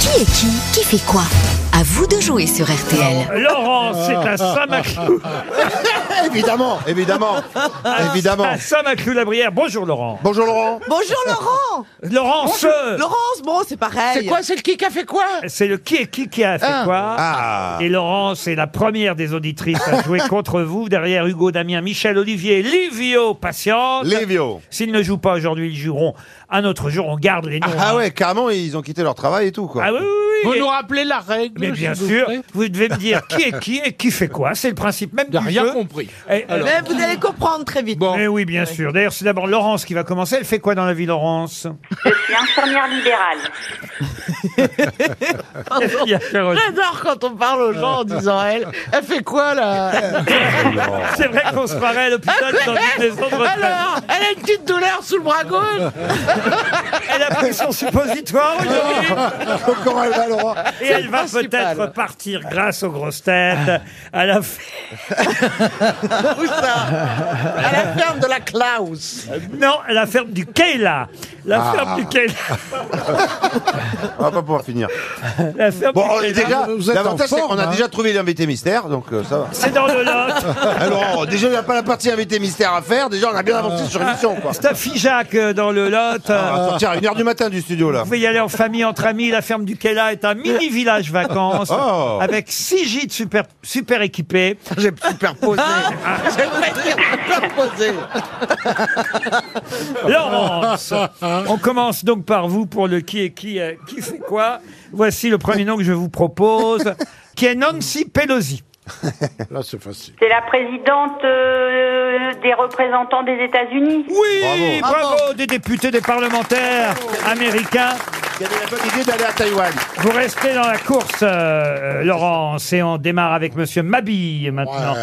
Qui est qui Qui fait quoi À vous de jouer sur RTL. Laurent, c'est à Saint-Maclou. Évidemment, évidemment, évidemment. À Saint-Maclou-la-Brière. Bonjour Laurent. Bonjour Laurent. Bonjour Laurent Laurent, ce- Laurence, bon, c'est pareil. C'est quoi, c'est le qui qui a fait quoi c'est le qui est qui qui a fait quoi Ah. Et Laurent, c'est la première des auditrices à jouer contre vous. Derrière Hugo, Damien, Michel, Olivier, Livio, patiente. Lévio. S'ils ne jouent pas aujourd'hui, ils joueront un autre jour. On garde les noms. Ah hein. ouais, carrément, ils ont quitté leur travail et tout, quoi. Ah oui, oui, oui, Vous et- nous rappelez la règle Mais bien s'il vous sûr, plaît vous devez me dire qui est qui et qui fait quoi. C'est le principe même Il du n'a rien jeu. compris. Et- Mais vous allez comprendre très vite. Bon. Mais oui, bien sûr. D'ailleurs, c'est d'abord Laurence qui va commencer. Elle fait quoi dans la vie, Laurence Je suis infirmière libérale. J'adore quand on parle aux gens en disant elle. Elle fait quoi Euh, là C'est vrai qu'on se paraît à l'hôpital Ah, dans une maison de retraite. Alors, elle a une petite douleur sous le bras gauche. Elle a pris son Ah. suppositoire aujourd'hui. Comment elle va, Laurent Et elle va principal. peut-être partir grâce aux grosses têtes à la fin. Où ça À la ferme de la Klaus. Non, à la ferme du Keila. La Ah. ferme du Keila. On va pas pouvoir finir. La ferme Bon, du on- Keila. déjà, vous êtes l'avantage, en c'est qu'on forme, a hein. déjà trouvé l'invité mystère, donc euh, ça va. C'est dans le Lot. Alors, déjà, il n'y a pas la partie invité mystère à faire. Déjà, on a bien avancé sur l'émission, quoi. C'est à Figeac euh, dans le Lot. On Euh, va sortir à 1h du matin du studio, là. Vous pouvez y aller en famille, entre amis. La ferme du Kella est un mini village vacances Oh. avec six gîtes super, super équipés. Ah, Ah. J'ai superposé. J'aimerais dire superposé. Laurence, on commence donc par vous pour le qui est qui, euh, qui fait quoi. Voici le premier nom que je vous propose, qui est Nancy Pelosi. Là, c'est facile. C'est la présidente euh, des représentants des États-Unis. Oui, Bravo. bravo, des députés, des parlementaires américains. Il y avait la bonne idée d'aller à Taïwan. Vous restez dans la course, euh, Laurence, et on démarre avec Monsieur Mabille maintenant.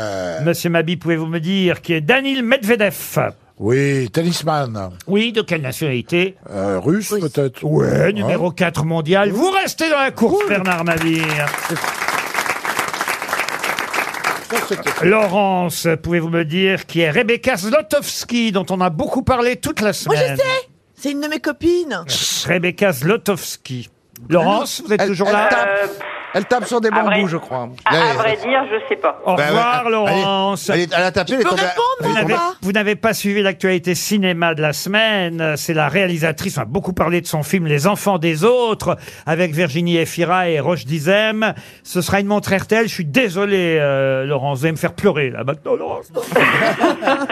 Monsieur Mabille, pouvez-vous me dire qui est Danil Medvedev Oui, tennisman. Oui, de quelle nationalité Euh, russe, peut-être Ouais, numéro 4 mondial. Vous restez dans la course, Bernard Mabille. Laurence, pouvez-vous me dire qui est Rebecca Zlotowski, dont on a beaucoup parlé toute la Moi, je semaine sais. C'est une de mes copines. Rebecca Zlotowski. Ah Laurence, vous êtes toujours là Euh, Elle tape sur des Ah, bambous, vrai je crois. à, à Ouais. vrai dire, je sais pas. Au Bah, revoir, ouais, Laurence. Elle, est- elle a tapé, elle est peux tombée à- répondre, elle est Vous n'avez- tombée à- va. Vous n'avez pas suivi l'actualité cinéma de la semaine. C'est la réalisatrice, on a beaucoup parlé de son film Les Enfants des Autres, avec Virginie Efira et Roche Dizem. Ce sera une montre RTL. Je suis désolé, euh, Laurence. Vous allez me faire pleurer, là, maintenant, Laurence.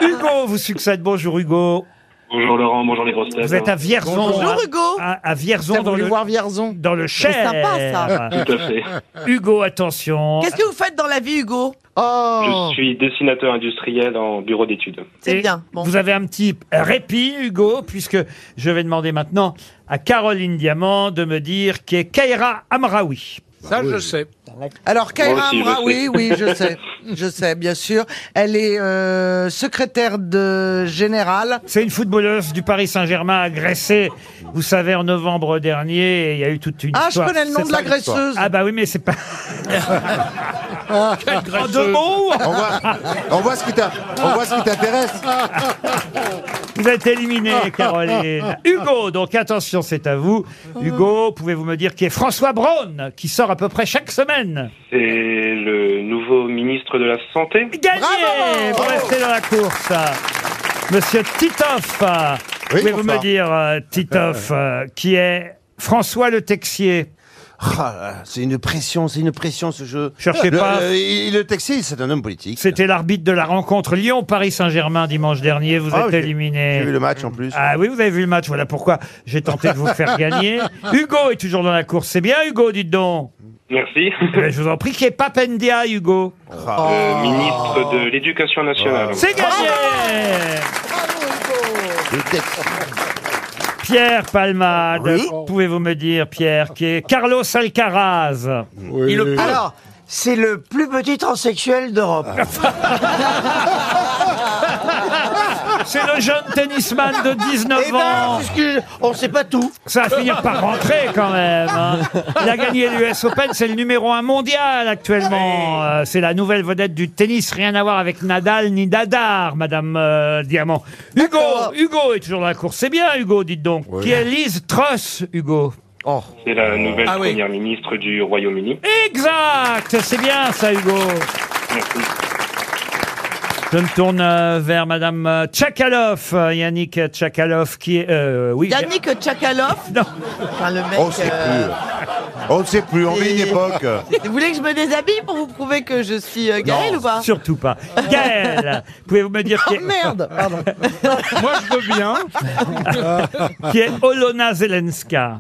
Hugo vous succède. Bonjour, Hugo. Bonjour Laurent, bonjour les grosses têtes. Vous êtes à Vierzon. Bonjour, à- Hugo. À, à Vierzon, T'as dans voulu le, voir Vierzon dans le Cher. sympa, ça. Tout à fait. Hugo, attention. Qu'est-ce que vous faites dans la vie, Hugo Oh. Je suis dessinateur industriel en bureau d'études. C'est Et bien. Bon. Vous avez un petit répit, Hugo, puisque je vais demander maintenant à Caroline Diamant de me dire qui est Kaira Amraoui. Ça, je sais. Alors, Moi Kaira aussi, je Amra, sais. oui, oui, je sais. Je sais, bien sûr. Elle est euh, secrétaire de générale. C'est une footballeuse du Paris Saint-Germain agressée, vous savez, en novembre dernier. et Il y a eu toute une Ah, je histoire. connais le nom C'est de pas- l'agresseuse. Ah bah oui, mais c'est pas... Ah, en deux mots On voit, on voit ce qui t'a- on voit ce qui t'intéresse. Vous êtes éliminé, Caroline. Hugo, donc attention, c'est à vous. Ah. Hugo, pouvez-vous me dire qui est François Braun, qui sort à peu près chaque semaine C'est le nouveau ministre de la Santé. Gagné Vous restez dans la course. Monsieur Titoff, Oui, pouvez-vous bonsoir. me dire, euh, Titoff, euh, qui est François Le Texier Ah là là, c'est une pression, c'est une pression ce jeu. Cherchez le, pas. Le, il- le Texi, c'est un homme politique. C'était l'arbitre de la rencontre Lyon-Paris-Saint-Germain dimanche dernier. Vous Ah, êtes j'ai- éliminé. J'ai vu le match en plus. Ah oui, vous avez vu le match, voilà pourquoi j'ai tenté de vous faire gagner. Hugo est toujours dans la course, c'est bien Hugo, dites donc. Merci. Mais je vous en prie, qui est Papendia, Hugo. Oh. Le ministre de l'Éducation nationale. C'est gagné Le Texi. Pierre Palmade, pouvez-vous me dire, Pierre, qui est Carlos Alcaraz Oui. Alors, c'est le plus petit transsexuel d'Europe. C'est le jeune tennisman de Eh ben, 19 ans. on sait pas tout. Ça va finir par rentrer quand même. hein. Il a gagné l'US Open, c'est le numéro un mondial actuellement. Euh, c'est la nouvelle vedette du tennis, rien à voir avec Nadal ni Dadar, Madame euh, Diamant. Hugo, Hugo est toujours dans la course. C'est bien Hugo, dites donc. Qui est Lise Truss, Hugo Oh. C'est la nouvelle Ah oui. première ministre du Royaume-Uni. Exact C'est bien ça, Hugo Merci. Je me tourne euh, vers Madame euh, Tchakalov, euh, Yannick Tchakalov, qui est... euh, oui, Yannick Tchakalov Non. Enfin, le mec. On ne sait euh, Oh, plus. On ne sait plus, Ah, on vit une époque. Vous voulez que je me déshabille pour vous prouver que je suis euh, Gaël ou pas Surtout pas. Gaël, pouvez-vous me dire Ah, qui Oh est, merde Pardon. Moi, je veux bien. qui est Olona Zelenska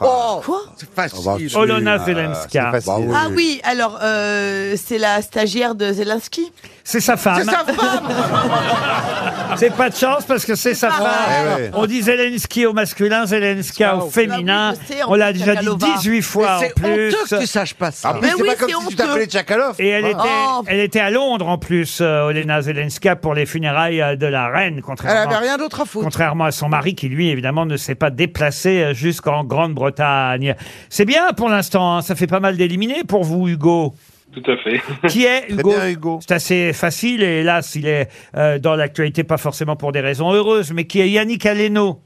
Oh Quoi C'est facile. Ah bah, tu- Olona Ah, Zelenska. Bah oui. Ah oui, alors euh, c'est la stagiaire de Zelensky. Ah, C'est sa femme. C'est pas de chance parce que c'est sa pas femme. vrai. On dit Zelensky au masculin, Zelenska au féminin. Bah oui, je sais, On l'a Henri déjà dit Chakalova. 18 fois en C'est plus. Ah, honteux que tu saches pas ça. En plus, Mais c'est oui, pas comme c'est si honteux. tu t'appelais Tchakalov. Ah, Et elle était, Oh. elle était à Londres en plus, euh, Olena Zelenska, pour les funérailles euh, de la reine, Elle contrairement, avait rien d'autre à foutre. contrairement à son mari qui, lui, évidemment, ne s'est pas déplacé euh, jusqu'en Grande-Bretagne. C'est bien pour l'instant, hein, ça fait pas mal d'éliminés pour vous, Hugo. Tout à fait. Qui est Hugo bien, Hugo. C'est assez facile et hélas, il est euh, dans l'actualité, pas forcément pour des raisons heureuses, mais qui est Yannick Aleno.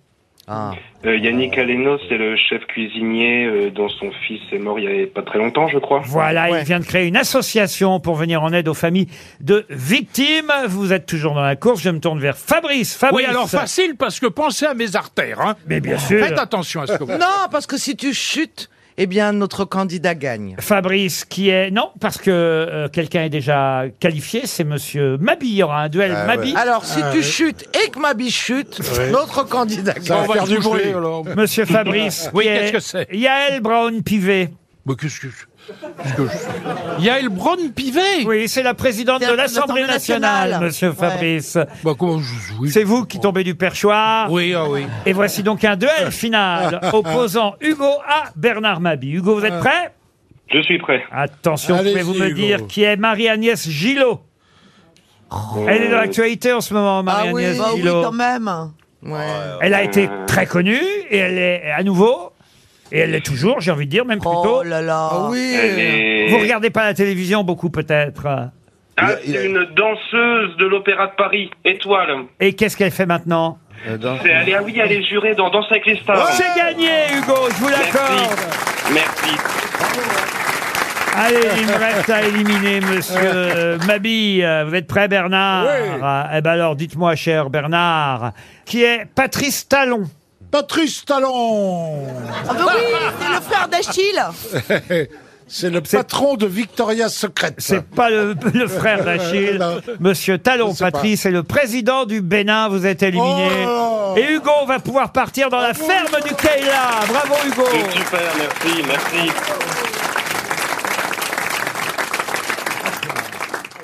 Ah. Euh, Yannick Aleno, c'est le chef cuisinier euh, dont son fils est mort il y a pas très longtemps, je crois. Voilà, il vient de créer une association pour venir en aide aux familles de victimes. Vous êtes toujours dans la course, je me tourne vers Fabrice. Fabrice. Ah Oui, alors facile parce que pensez à mes artères. Hein. Mais bien sûr. Faites attention à ce que vous. Non, parce que si tu chutes, eh bien, notre candidat gagne. Fabrice qui est non parce que euh, quelqu'un est déjà qualifié, c'est Monsieur Mabi. Il y aura un duel Ah, Mabi, Alors, si tu chutes et que ma biche chute, notre candidat Ça gagne. va On va faire se du coucher, bruit. alors. Monsieur Fabrice. Oui, qui est qu'est-ce que c'est Yael Brown Pivet. Mais qu'est-ce que je... qu'est-ce que je- Yael Braun Pivet Oui, c'est la présidente C'est de de l'Assemblée l'Assemblée nationale, nationale. Monsieur Ouais. Fabrice. Bah, comment je- oui. C'est vous qui tombez du perchoir. Oui, ah oui. Et voici donc un duel final opposant Hugo à Bernard Mabi. Hugo, vous êtes prêt Je suis prêt. Attention, Allez-y, pouvez-vous me Hugo. dire qui est Marie-Agnès Gillot Elle est dans l'actualité en ce moment, Ah oui, Marie-Agnès Bah oui, Gillot. quand même. Ouais. Elle a été très connue et elle est à nouveau, et elle l'est toujours, j'ai envie de dire, même plutôt. Oh là là. Ah Euh. oui. Elle est- Vous regardez pas la télévision beaucoup peut-être. Ah, c'est une danseuse de l'Opéra de Paris, étoile. Et qu'est-ce qu'elle fait maintenant C'est, elle est, ah oui, elle est jurée dans Danse avec les Oh, stars. C'est gagné, Hugo, je vous l'accorde. Merci. Allez, il me reste à éliminer Monsieur Mabille. Euh, Vous êtes prêt, Bernard Euh, Eh ben alors, dites-moi, cher Bernard, qui est Patrice Talon. Patrice Talon Ah bah oui, c'est le frère d'Achille. C'est le C'est- patron de Victoria's Secret. C'est pas le, le frère d'Achille. Non. Monsieur Talon Je sais pas. Patrice est le président du Bénin. Vous êtes éliminé. Oh Et Hugo va pouvoir partir dans la ferme du Kayla. Bravo Hugo. C'est super, merci, merci.